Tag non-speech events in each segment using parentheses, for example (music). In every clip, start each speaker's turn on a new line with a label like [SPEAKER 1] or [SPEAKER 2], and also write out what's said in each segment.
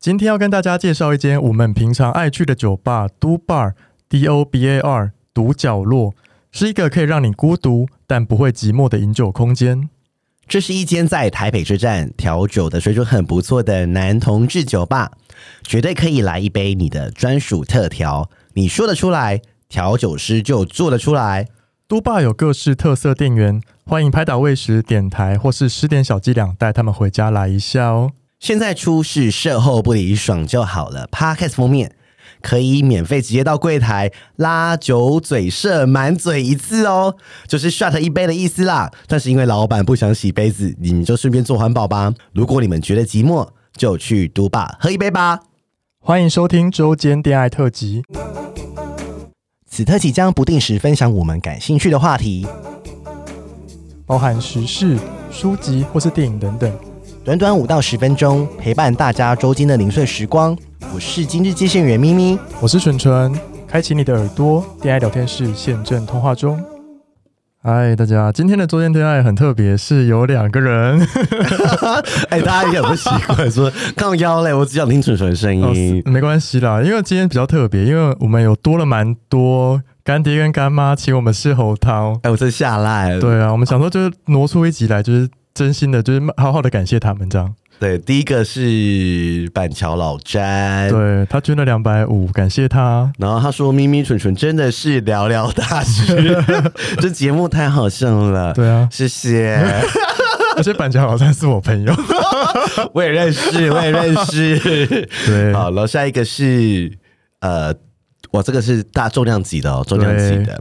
[SPEAKER 1] 今天要跟大家介绍一间我们平常爱去的酒吧 ——Do Bar D O B A R 独角落，是一个可以让你孤独但不会寂寞的饮酒空间。
[SPEAKER 2] 这是一间在台北车站调酒的水准很不错的男同志酒吧，绝对可以来一杯你的专属特调。你说得出来，调酒师就做得出来。
[SPEAKER 1] 都霸有各式特色店员，欢迎拍打喂食、点台或是施点小伎俩，带他们回家来一下哦。
[SPEAKER 2] 现在出是售后不理爽就好了。Podcast 封面可以免费直接到柜台拉酒嘴射满嘴一次哦，就是 shot 一杯的意思啦。但是因为老板不想洗杯子，你们就顺便做环保吧。如果你们觉得寂寞，就去都吧喝一杯吧。
[SPEAKER 1] 欢迎收听周间恋爱特辑，
[SPEAKER 2] 此特辑将不定时分享我们感兴趣的话题，
[SPEAKER 1] 包含时事、书籍或是电影等等。
[SPEAKER 2] 短短五到十分钟，陪伴大家周间的零碎时光。我是今日接线员咪咪。
[SPEAKER 1] 我是纯纯，开启你的耳朵，恋爱聊天室现正通话中。嗨，大家，今天的周间恋爱很特别，是有两个人。
[SPEAKER 2] (laughs) 哎、大家也很不习惯说靠腰嘞，我只想听纯纯的声
[SPEAKER 1] 哦
[SPEAKER 2] 音。
[SPEAKER 1] 没关系啦，因为今天比较特别，因为我们有多了蛮多干爹跟干妈请我们吃猴汤。
[SPEAKER 2] 哎、我真下来了。
[SPEAKER 1] 对啊，我们想说就是挪出一集来，就是真心的，就是好好的感谢他们这样。
[SPEAKER 2] 对，第一个是板桥老詹。
[SPEAKER 1] 对他捐了两百五，感谢 (laughs) 他。
[SPEAKER 2] 然后他说：“咪咪蠢蠢真的是聊聊大师， (laughs) 这节目太好笑了。”，
[SPEAKER 1] 对啊
[SPEAKER 2] 谢谢，
[SPEAKER 1] 而且板桥老三是我朋友。
[SPEAKER 2] 我也认识，我也认识。
[SPEAKER 1] 对，
[SPEAKER 2] 好，然后下一个是呃，我这个是大重量级的哦，重量级的。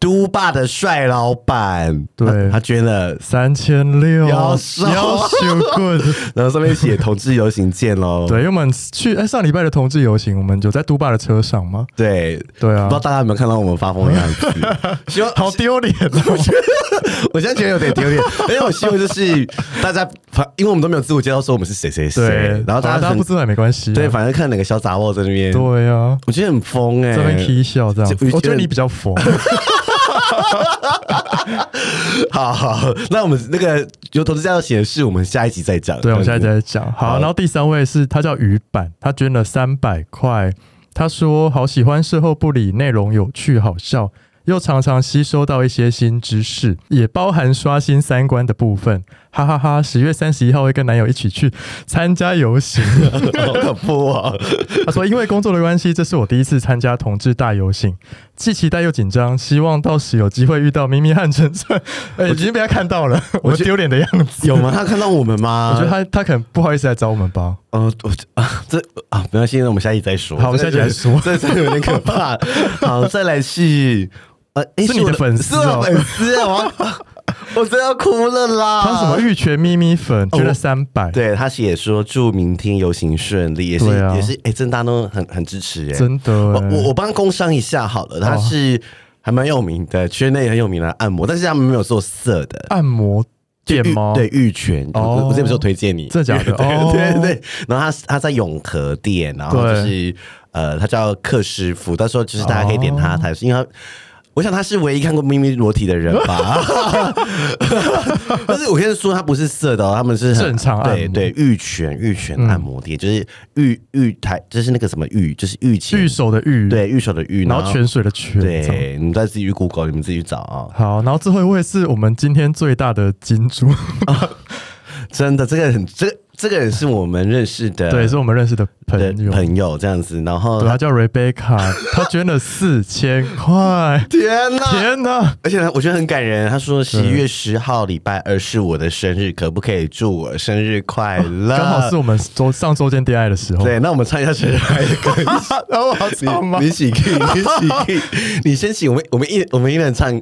[SPEAKER 2] 都霸的帅老板，
[SPEAKER 1] 对
[SPEAKER 2] 他他捐了，
[SPEAKER 1] 三千六，
[SPEAKER 2] 要收
[SPEAKER 1] (laughs) 要修 good。
[SPEAKER 2] 然后上面写同志游行哦见喽。
[SPEAKER 1] 对，因为我们去哎上礼拜的同志游行，我们有在都霸的车上吗？
[SPEAKER 2] 对，
[SPEAKER 1] 对
[SPEAKER 2] 不
[SPEAKER 1] 啊
[SPEAKER 2] 知道，大家有没有看到我们发疯的样
[SPEAKER 1] (laughs)
[SPEAKER 2] 子？希望
[SPEAKER 1] 好丢脸哦！
[SPEAKER 2] 我现在觉得有点丢脸，而且我希望就是大家，反因为我们都没有自我介绍说我们是谁谁谁
[SPEAKER 1] 对，，
[SPEAKER 2] 然后
[SPEAKER 1] 好
[SPEAKER 2] 大
[SPEAKER 1] 啦
[SPEAKER 2] 家
[SPEAKER 1] 大家
[SPEAKER 2] 很
[SPEAKER 1] 不知道也没关系啊。
[SPEAKER 2] 对，反正看哪个小杂货在那边，
[SPEAKER 1] 对啊，
[SPEAKER 2] 我觉得很疯哎、
[SPEAKER 1] 这边 k 笑这样
[SPEAKER 2] 就，
[SPEAKER 1] 我觉得你比较疯。
[SPEAKER 2] (laughs) 好好，那我们那个有投资家要显示，我们下一集再讲。
[SPEAKER 1] 对，我们现在在讲。
[SPEAKER 2] 好
[SPEAKER 1] 好，然后第三位是他叫鱼板，他捐了三百块。他说好喜欢事后不理，内容有趣好笑，又常常吸收到一些新知识，也包含刷新三观的部分。哈哈哈！十月三十一号会跟男友一起去参加游行。
[SPEAKER 2] (laughs) 好恐怖哦！
[SPEAKER 1] (laughs) 他说因为工作的关系，这是我第一次参加同志大游行，既期待又紧张，希望到时有机会遇到咪咪和晨
[SPEAKER 2] (laughs)
[SPEAKER 1] 晨。哎、已经被他看到了，我们丢脸的样子。
[SPEAKER 2] 有吗？他看到我们吗？
[SPEAKER 1] 我觉得他他可能不好意思来找我们吧。
[SPEAKER 2] 呃，我啊，这啊，没关系，那我们下一集再说。
[SPEAKER 1] 好我们下一集再说
[SPEAKER 2] 这这有点可
[SPEAKER 1] (laughs)
[SPEAKER 2] 怕。好，再来是呃，诶
[SPEAKER 1] 是你的
[SPEAKER 2] 我
[SPEAKER 1] 粉丝
[SPEAKER 2] 是我的
[SPEAKER 1] 哦
[SPEAKER 2] 粉丝，我要 (laughs) 啊我真的要哭了啦！
[SPEAKER 1] 他是什么玉泉咪咪粉，
[SPEAKER 2] 哦
[SPEAKER 1] 捐了三百，
[SPEAKER 2] 啊对他写说祝明天游行顺利，也是、
[SPEAKER 1] 对啊
[SPEAKER 2] 也是，哎、真的大家都很很支持耶、
[SPEAKER 1] 真的哦
[SPEAKER 2] 我
[SPEAKER 1] 欸、
[SPEAKER 2] 我我帮工商一下好了，他是还蛮有名的，圈内很有名的按摩，但是他们没有做色的。
[SPEAKER 1] 按摩店吗？
[SPEAKER 2] 玉对，玉泉，
[SPEAKER 1] 哦
[SPEAKER 2] 我我之前不是有推荐你，
[SPEAKER 1] 真的假的
[SPEAKER 2] (laughs) 对
[SPEAKER 1] 哦
[SPEAKER 2] 对对对。然后他他在永和店，然后就
[SPEAKER 1] 对
[SPEAKER 2] 是呃，他叫克师傅，到时候就是大家可以点他，
[SPEAKER 1] 哦
[SPEAKER 2] 他是因为他。我想他是唯一看过咪咪裸体的人
[SPEAKER 1] (laughs)
[SPEAKER 2] 吧， (laughs) 但是我先说他不是色的、哦，他们是很
[SPEAKER 1] 正常按
[SPEAKER 2] 对
[SPEAKER 1] 摩嗯
[SPEAKER 2] 对玉泉玉泉按摩店，就是玉玉台，就是那个什么玉，就是玉前
[SPEAKER 1] 玉手的玉，，
[SPEAKER 2] 对玉手的玉，
[SPEAKER 1] 然后泉水的泉，这样。
[SPEAKER 2] 对，你们再自己去 Google，你们自己去找啊、
[SPEAKER 1] 好，然后最后一位是我们今天最大的金主，
[SPEAKER 2] 啊真的，这个很，这这个人是我们认识的，
[SPEAKER 1] 对，是我们认识的朋
[SPEAKER 2] 的
[SPEAKER 1] 友，
[SPEAKER 2] 朋友这样子。然后，
[SPEAKER 1] 对，他叫 Rebecca，他捐了四千块
[SPEAKER 2] 天哪！
[SPEAKER 1] (laughs) 天哪！
[SPEAKER 2] 而且他我觉得很感人，他说十一月十号礼拜二是我的生日，可不可以祝我生日快乐？
[SPEAKER 1] 刚好是我们周上周间恋爱的时候，
[SPEAKER 2] 对，那我们唱一下生日快乐歌。
[SPEAKER 1] 然后我要唱吗
[SPEAKER 2] 你？你起 key，你起 key，你先起，我们我们一我们一人唱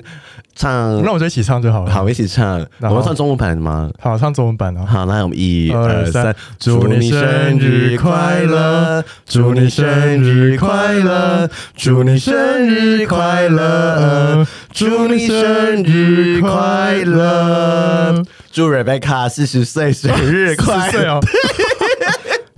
[SPEAKER 2] 唱，
[SPEAKER 1] 那我就一起唱就好了。
[SPEAKER 2] 好，我们一起唱。我
[SPEAKER 1] 然后
[SPEAKER 2] 们唱中文版的吗？
[SPEAKER 1] 好，唱中文版啊！
[SPEAKER 2] 好，那我们一
[SPEAKER 1] 二
[SPEAKER 2] 二
[SPEAKER 1] 三
[SPEAKER 2] 三，
[SPEAKER 1] 祝你生日快乐，
[SPEAKER 2] 祝你生日快乐，祝你生日快乐，祝你生日快乐，祝 Rebecca 四十岁生日快
[SPEAKER 1] 40岁
[SPEAKER 2] 乐。哦
[SPEAKER 1] 哦！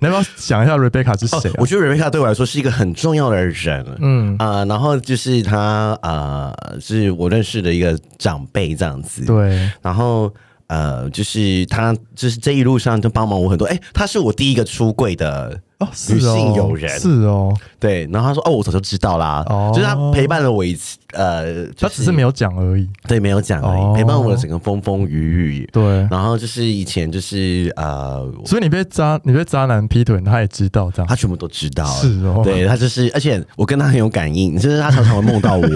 [SPEAKER 1] 你要不要想一下 Rebecca 是谁啊？
[SPEAKER 2] 我觉得 Rebecca 对我来说是一个很重要的人，嗯啊、然后就是她啊、呃是我认识的一个长辈这样子，
[SPEAKER 1] 对，
[SPEAKER 2] 然后呃，就是他就是这一路上就帮忙我很多。哎、他是我第一个出柜的
[SPEAKER 1] 哦，是哦，
[SPEAKER 2] 女性友人
[SPEAKER 1] 是哦，
[SPEAKER 2] 对，然后他说：“哦，我早就知道啦，
[SPEAKER 1] 哦
[SPEAKER 2] 就是他陪伴了我一次，呃，
[SPEAKER 1] 他
[SPEAKER 2] 就
[SPEAKER 1] 只是没有讲而已。
[SPEAKER 2] 对没有讲而已，
[SPEAKER 1] 哦
[SPEAKER 2] 陪伴我的整个风风雨雨。
[SPEAKER 1] 对，
[SPEAKER 2] 然后就是以前就是呃，我啊
[SPEAKER 1] 所以你被渣，你被渣男劈腿，他也知道这样
[SPEAKER 2] 他。全部都知道了，
[SPEAKER 1] 是哦
[SPEAKER 2] 对他就是，而且我跟他很有感应，就是他常常会梦到
[SPEAKER 1] (laughs)
[SPEAKER 2] 我，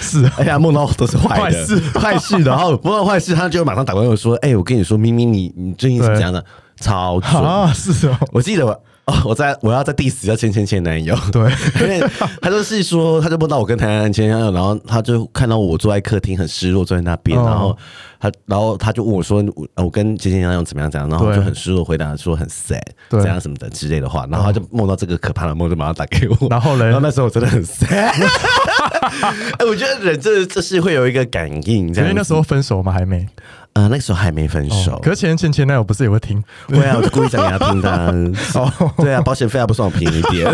[SPEAKER 1] 是啊，
[SPEAKER 2] 而且他梦到都是坏的
[SPEAKER 1] 坏事
[SPEAKER 2] 坏事，然后梦到坏事，他就马上打过来跟我说：“哎、我跟你说，咪咪你你最近是怎样的？超准。
[SPEAKER 1] 啊，是哦，
[SPEAKER 2] 我记得我哦，我在我要在 diss 要前前前男友，
[SPEAKER 1] 对，
[SPEAKER 2] (laughs) 因为他就是说，他就梦到我跟台南前男友，然后他就看到我坐在客厅很失落坐在那边，
[SPEAKER 1] 哦
[SPEAKER 2] 然后他，然后他就问我说，我我跟前前男友怎么样怎样，然后我
[SPEAKER 1] 对
[SPEAKER 2] 就很失落回答说很 sad，
[SPEAKER 1] 对哦
[SPEAKER 2] 怎样什么的之类的话，然后他就梦到这个可怕的梦，就马上打给
[SPEAKER 1] (laughs)
[SPEAKER 2] 我，
[SPEAKER 1] 然后嘞
[SPEAKER 2] 然后那时候我真的很 sad，哎，我觉得人真的就是会有一个感应，这
[SPEAKER 1] 因为
[SPEAKER 2] 样
[SPEAKER 1] 那
[SPEAKER 2] 子，
[SPEAKER 1] 时候分手嘛，还没。
[SPEAKER 2] 呃，那个时候还没分手
[SPEAKER 1] 哦，可是前前前男友不是也会听？
[SPEAKER 2] (laughs) 对啊，我就故意讲给他听的
[SPEAKER 1] (laughs)
[SPEAKER 2] 啊、
[SPEAKER 1] 哦
[SPEAKER 2] 对啊，保险费还不算我便宜一点。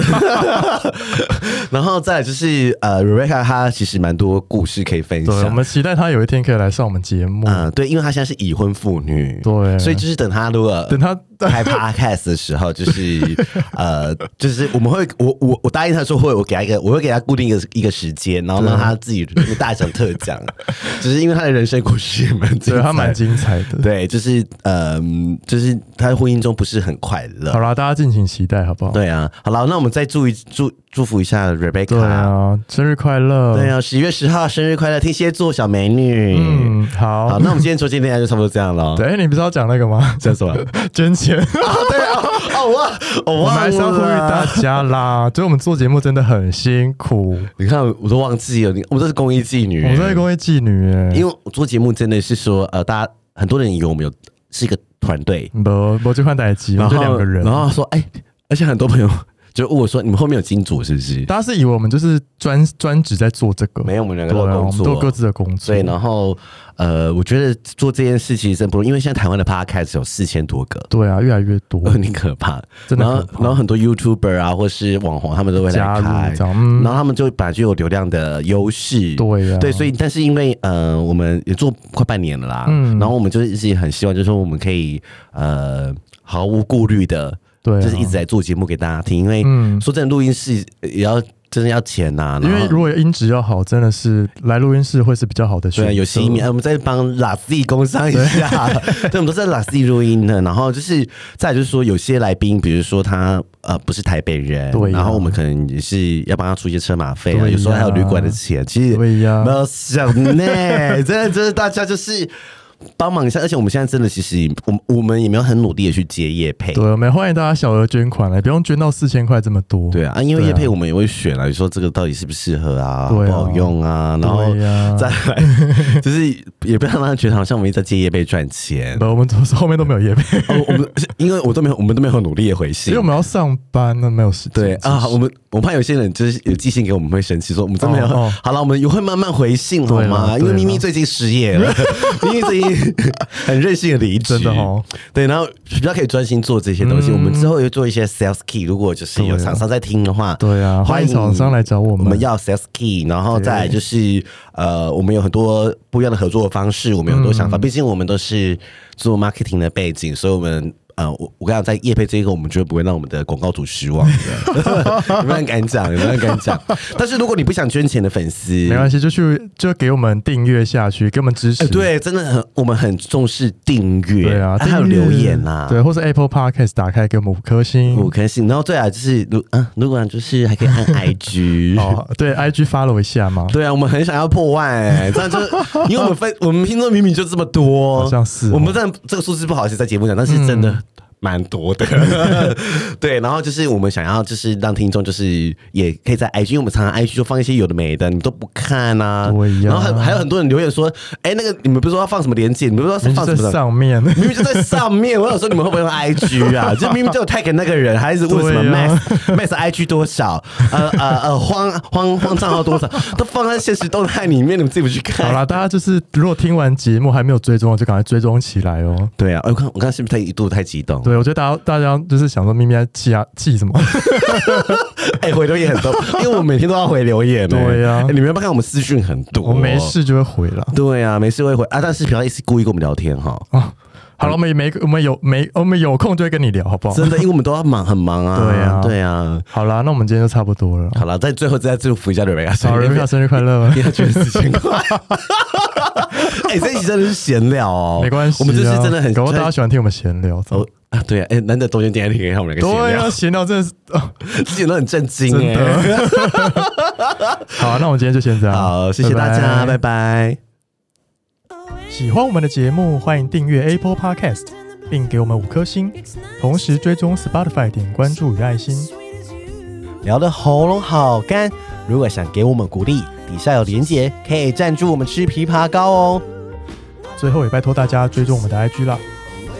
[SPEAKER 2] 然后再来就是呃，Rebecca 她其实蛮多故事可以分
[SPEAKER 1] 对，我
[SPEAKER 2] 享。
[SPEAKER 1] 们期待他有一天可以来上我们节目。
[SPEAKER 2] 嗯、对，因为她现在是已婚妇女，
[SPEAKER 1] 对
[SPEAKER 2] 所以就是等她如果
[SPEAKER 1] 等
[SPEAKER 2] (laughs)
[SPEAKER 1] 他
[SPEAKER 2] 开 podcast 的时候，就是
[SPEAKER 1] (laughs)
[SPEAKER 2] 呃，就是我们会，我我我答应她说会，我给她一个，我会给她固定一个一个时间，然后让她自己大讲特讲，
[SPEAKER 1] (laughs)
[SPEAKER 2] 只是因为她的人生故事也蛮精彩
[SPEAKER 1] 对
[SPEAKER 2] 的，
[SPEAKER 1] 他蛮精彩的。
[SPEAKER 2] 对，就是嗯、就是她的婚姻中不是很快乐
[SPEAKER 1] 好，啦，大家敬请期待，好不好？
[SPEAKER 2] 啊对啊，好了，那我们再祝一祝祝福一下 Rebecca。
[SPEAKER 1] 对啊，生日快乐！
[SPEAKER 2] 对，啊，十一、月十号生日快乐，天蝎座小美女。
[SPEAKER 1] 嗯，好
[SPEAKER 2] 好，。那我们今天说今天就差不多这样了。
[SPEAKER 1] 对，哎，你不是要讲那个吗？
[SPEAKER 2] 这样什么？
[SPEAKER 1] (laughs) 捐钱，
[SPEAKER 2] 啊，对啊，哦，我忘
[SPEAKER 1] 我
[SPEAKER 2] 我
[SPEAKER 1] 们
[SPEAKER 2] (laughs) 忘
[SPEAKER 1] 还是要呼吁大
[SPEAKER 2] 了。啊
[SPEAKER 1] 家啦，就是我们做节目真的很辛苦，
[SPEAKER 2] 你看，我都忘记了，你我们这是公益妓女。
[SPEAKER 1] 我们都是，公益妓女哎，
[SPEAKER 2] 因为我做节目真的是说，呃，大家很多人以为我们有是一个团队，
[SPEAKER 1] 不不去换代机，我
[SPEAKER 2] 然
[SPEAKER 1] 们
[SPEAKER 2] 后
[SPEAKER 1] 就两个人
[SPEAKER 2] 然，后说，哎，而且很多朋友就问我说，你们后面有金主是不是？
[SPEAKER 1] 大家是以为我们就是专专职在做这个，
[SPEAKER 2] 没有，我们两个
[SPEAKER 1] 对
[SPEAKER 2] 都有
[SPEAKER 1] 啊，我
[SPEAKER 2] 工
[SPEAKER 1] 们
[SPEAKER 2] 作，
[SPEAKER 1] 都有各自的工作，
[SPEAKER 2] 所以，然后呃，我觉得做这件事情真不容易，因为现在台湾的 podcast 有四千多个，
[SPEAKER 1] 对啊，越来越
[SPEAKER 2] (laughs)
[SPEAKER 1] 多，
[SPEAKER 2] 很可怕。
[SPEAKER 1] 真的
[SPEAKER 2] 然后
[SPEAKER 1] 很，
[SPEAKER 2] 然后很多 YouTuber 啊，或是网红，他们都会
[SPEAKER 1] 加
[SPEAKER 2] 来开
[SPEAKER 1] 入这。样，嗯
[SPEAKER 2] 然，后他们就本来就有流量的优势，
[SPEAKER 1] 对啊呀，
[SPEAKER 2] 对，所以但是因为呃，我们也做快半年了啦，
[SPEAKER 1] 嗯
[SPEAKER 2] 然后我们就是一直很希望，就是说我们可以呃毫无顾虑的，
[SPEAKER 1] 对啊，
[SPEAKER 2] 就是一直在做节目给大家听，因为
[SPEAKER 1] 嗯。
[SPEAKER 2] 说真的，录音室也要真的要钱呐、然
[SPEAKER 1] 因为
[SPEAKER 2] 后
[SPEAKER 1] 如果音质要好，真的是来录音室会是比较好的选
[SPEAKER 2] 对
[SPEAKER 1] 择。
[SPEAKER 2] 啊，有新面，呃我们再帮拉 Z 工商一下，对，我们都在拉 Z 录音的。然后就是，再来就是说，有些来宾，比如说他呃不是台北人，
[SPEAKER 1] 对啊
[SPEAKER 2] 然后我们可能也是要帮他出一些车马费啊，
[SPEAKER 1] 对啊
[SPEAKER 2] 有时候还有旅馆的钱，其实
[SPEAKER 1] 对呀
[SPEAKER 2] 没有想呢，真的就是大家就是。帮忙一下，而且我们现在真的其实，我们我们也没有很努力的去接业配，
[SPEAKER 1] 对，我啊们也欢迎大家小额捐款来，啊不用捐到四千块这么多。
[SPEAKER 2] 对啊，啊因为
[SPEAKER 1] 对啊
[SPEAKER 2] 叶配我们也会选啊，你说这个到底适不适合啊，
[SPEAKER 1] 对啊
[SPEAKER 2] 不好用啊，然后
[SPEAKER 1] 对啊
[SPEAKER 2] (laughs) 再来就是也不要让他觉得好像我们一直在借叶配赚钱。
[SPEAKER 1] 不，我们都后面都没有
[SPEAKER 2] (laughs)
[SPEAKER 1] 夜配，
[SPEAKER 2] 哦，我们因为我都没有，我们都没有很努力的回
[SPEAKER 1] 因
[SPEAKER 2] 信
[SPEAKER 1] 为我。们要上班，那没有时间。
[SPEAKER 2] 对
[SPEAKER 1] 其实
[SPEAKER 2] 啊，我们我怕有些人就是有寄信给我们会生气，说我们真没有。
[SPEAKER 1] 哦哦
[SPEAKER 2] 好了，我们也会慢慢回信好
[SPEAKER 1] 对啦
[SPEAKER 2] 吗？
[SPEAKER 1] 对
[SPEAKER 2] 因为
[SPEAKER 1] 啦
[SPEAKER 2] 咪咪最近失业了，咪咪最
[SPEAKER 1] (laughs)
[SPEAKER 2] 近很任性的离职，
[SPEAKER 1] 真的哦。嗯
[SPEAKER 2] 对，然后比较可以专心做这些东西。我们之后也会做一些 sales key，如果就是有
[SPEAKER 1] 对啊
[SPEAKER 2] 厂商在听的话，
[SPEAKER 1] 对啊，欢迎厂商来找我
[SPEAKER 2] 我
[SPEAKER 1] 们。
[SPEAKER 2] 们要 sales key，然后再来就是呃，我们有很多不一样的合作方式，我们有很多想法。
[SPEAKER 1] 嗯
[SPEAKER 2] 毕竟我们都是做 marketing 的背景，所以我们呃，我我刚刚在业配这一个，我们绝对不会让我们的广告主失望
[SPEAKER 1] (laughs)
[SPEAKER 2] 的。有没有人敢讲？有没有人敢讲？但是如果你不想捐钱的粉丝，
[SPEAKER 1] 没关系，就去就给我们订阅下去，给我们支持。
[SPEAKER 2] 哎，对，真的很，我们很重视订阅，
[SPEAKER 1] 对啊，
[SPEAKER 2] 还有
[SPEAKER 1] 订阅
[SPEAKER 2] 留言啦，
[SPEAKER 1] 对，或是 Apple Podcast 打开给我们五颗星。
[SPEAKER 2] 五颗星。然后对啊，就是如啊，如果就是还可
[SPEAKER 1] (laughs)
[SPEAKER 2] 以按 IG
[SPEAKER 1] 哦，对，IG follow 一下嘛。
[SPEAKER 2] 对啊，我们很想要破万、欸，这样就是因为我们分我们听众明明就这么多，
[SPEAKER 1] 好像是哦
[SPEAKER 2] 我们这样这个数字不好意思在节目讲，但是真的蛮多
[SPEAKER 1] (laughs)
[SPEAKER 2] 的。对，然后就是我们想要就是让听众就是也可以在 IG，因为我们常常 IG 就放一些有的没的，你们都不看啊。
[SPEAKER 1] 对呀
[SPEAKER 2] 然后还还有很多人留言说，哎、那个你们不是说要放什么链接？你们不是说
[SPEAKER 1] 明
[SPEAKER 2] 放
[SPEAKER 1] 明
[SPEAKER 2] 什
[SPEAKER 1] 就
[SPEAKER 2] 么
[SPEAKER 1] 在
[SPEAKER 2] 的？
[SPEAKER 1] 上面，
[SPEAKER 2] 明明就在上面，我想说你们会不会用
[SPEAKER 1] (laughs)
[SPEAKER 2] IG 啊？就明明就有 tag 那个人，还一直问什么
[SPEAKER 1] 对啊
[SPEAKER 2] max max IG 多少，呃呃呃荒荒荒账号多少， (laughs) 都放在现实动态里面，你们自己不去
[SPEAKER 1] (laughs) 好
[SPEAKER 2] 看。
[SPEAKER 1] 啦，大家就是如果听完节目还没有追踪的，就赶快追踪起来哦。
[SPEAKER 2] 对啊，哎我看我刚是不是太一度太激动？
[SPEAKER 1] 对，我觉得大家大家就是想说咪咪在气啊气
[SPEAKER 2] (laughs)
[SPEAKER 1] 什么？
[SPEAKER 2] 哎、回留言很
[SPEAKER 1] (laughs)
[SPEAKER 2] 多，因为我每天都要回留言、呢。
[SPEAKER 1] 对啊哦
[SPEAKER 2] 哎你们要不要看我们私讯很多？
[SPEAKER 1] 我没。事就会回了。
[SPEAKER 2] 对啊，没事会回啊，但是不要一直故意跟我们聊天哈。
[SPEAKER 1] 啊，好了，我们也没我们有没我们有空就会跟你聊，好不好？
[SPEAKER 2] 真的，因为我们都要忙，很忙
[SPEAKER 1] (laughs)
[SPEAKER 2] 啊。
[SPEAKER 1] 对啊
[SPEAKER 2] 对啊。
[SPEAKER 1] 好啦，那我们今天就差不多了。
[SPEAKER 2] 好了，在最后再祝福一下瑞贝卡，
[SPEAKER 1] 好，瑞贝卡生日快乐！
[SPEAKER 2] (laughs) 你要捐四千块。 (laughs) 哎、这一集真的是闲聊哦，
[SPEAKER 1] 没关系啊，
[SPEAKER 2] 我们这次真的很
[SPEAKER 1] 搞不好大家喜欢听我们闲聊。
[SPEAKER 2] 哦啊，对啊，哎、难得中间电台听一下我们两个闲
[SPEAKER 1] 对
[SPEAKER 2] 聊
[SPEAKER 1] 啊，，闲聊真的是、啊
[SPEAKER 2] 自己都很震惊
[SPEAKER 1] 真
[SPEAKER 2] 哎、
[SPEAKER 1] 的。 (laughs) 好、那我们今天就先这样。
[SPEAKER 2] 好，谢谢大家，拜拜
[SPEAKER 1] 喜欢我们的节目，欢迎订阅 Apple Podcast，并给我们五颗星，同时追踪 Spotify 点关注与爱心。
[SPEAKER 2] 聊的喉咙好干，如果想给我们鼓励，底下有连结，可以赞助我们吃枇杷膏哦。
[SPEAKER 1] 最后也拜托大家追踪我们的 IG 啦，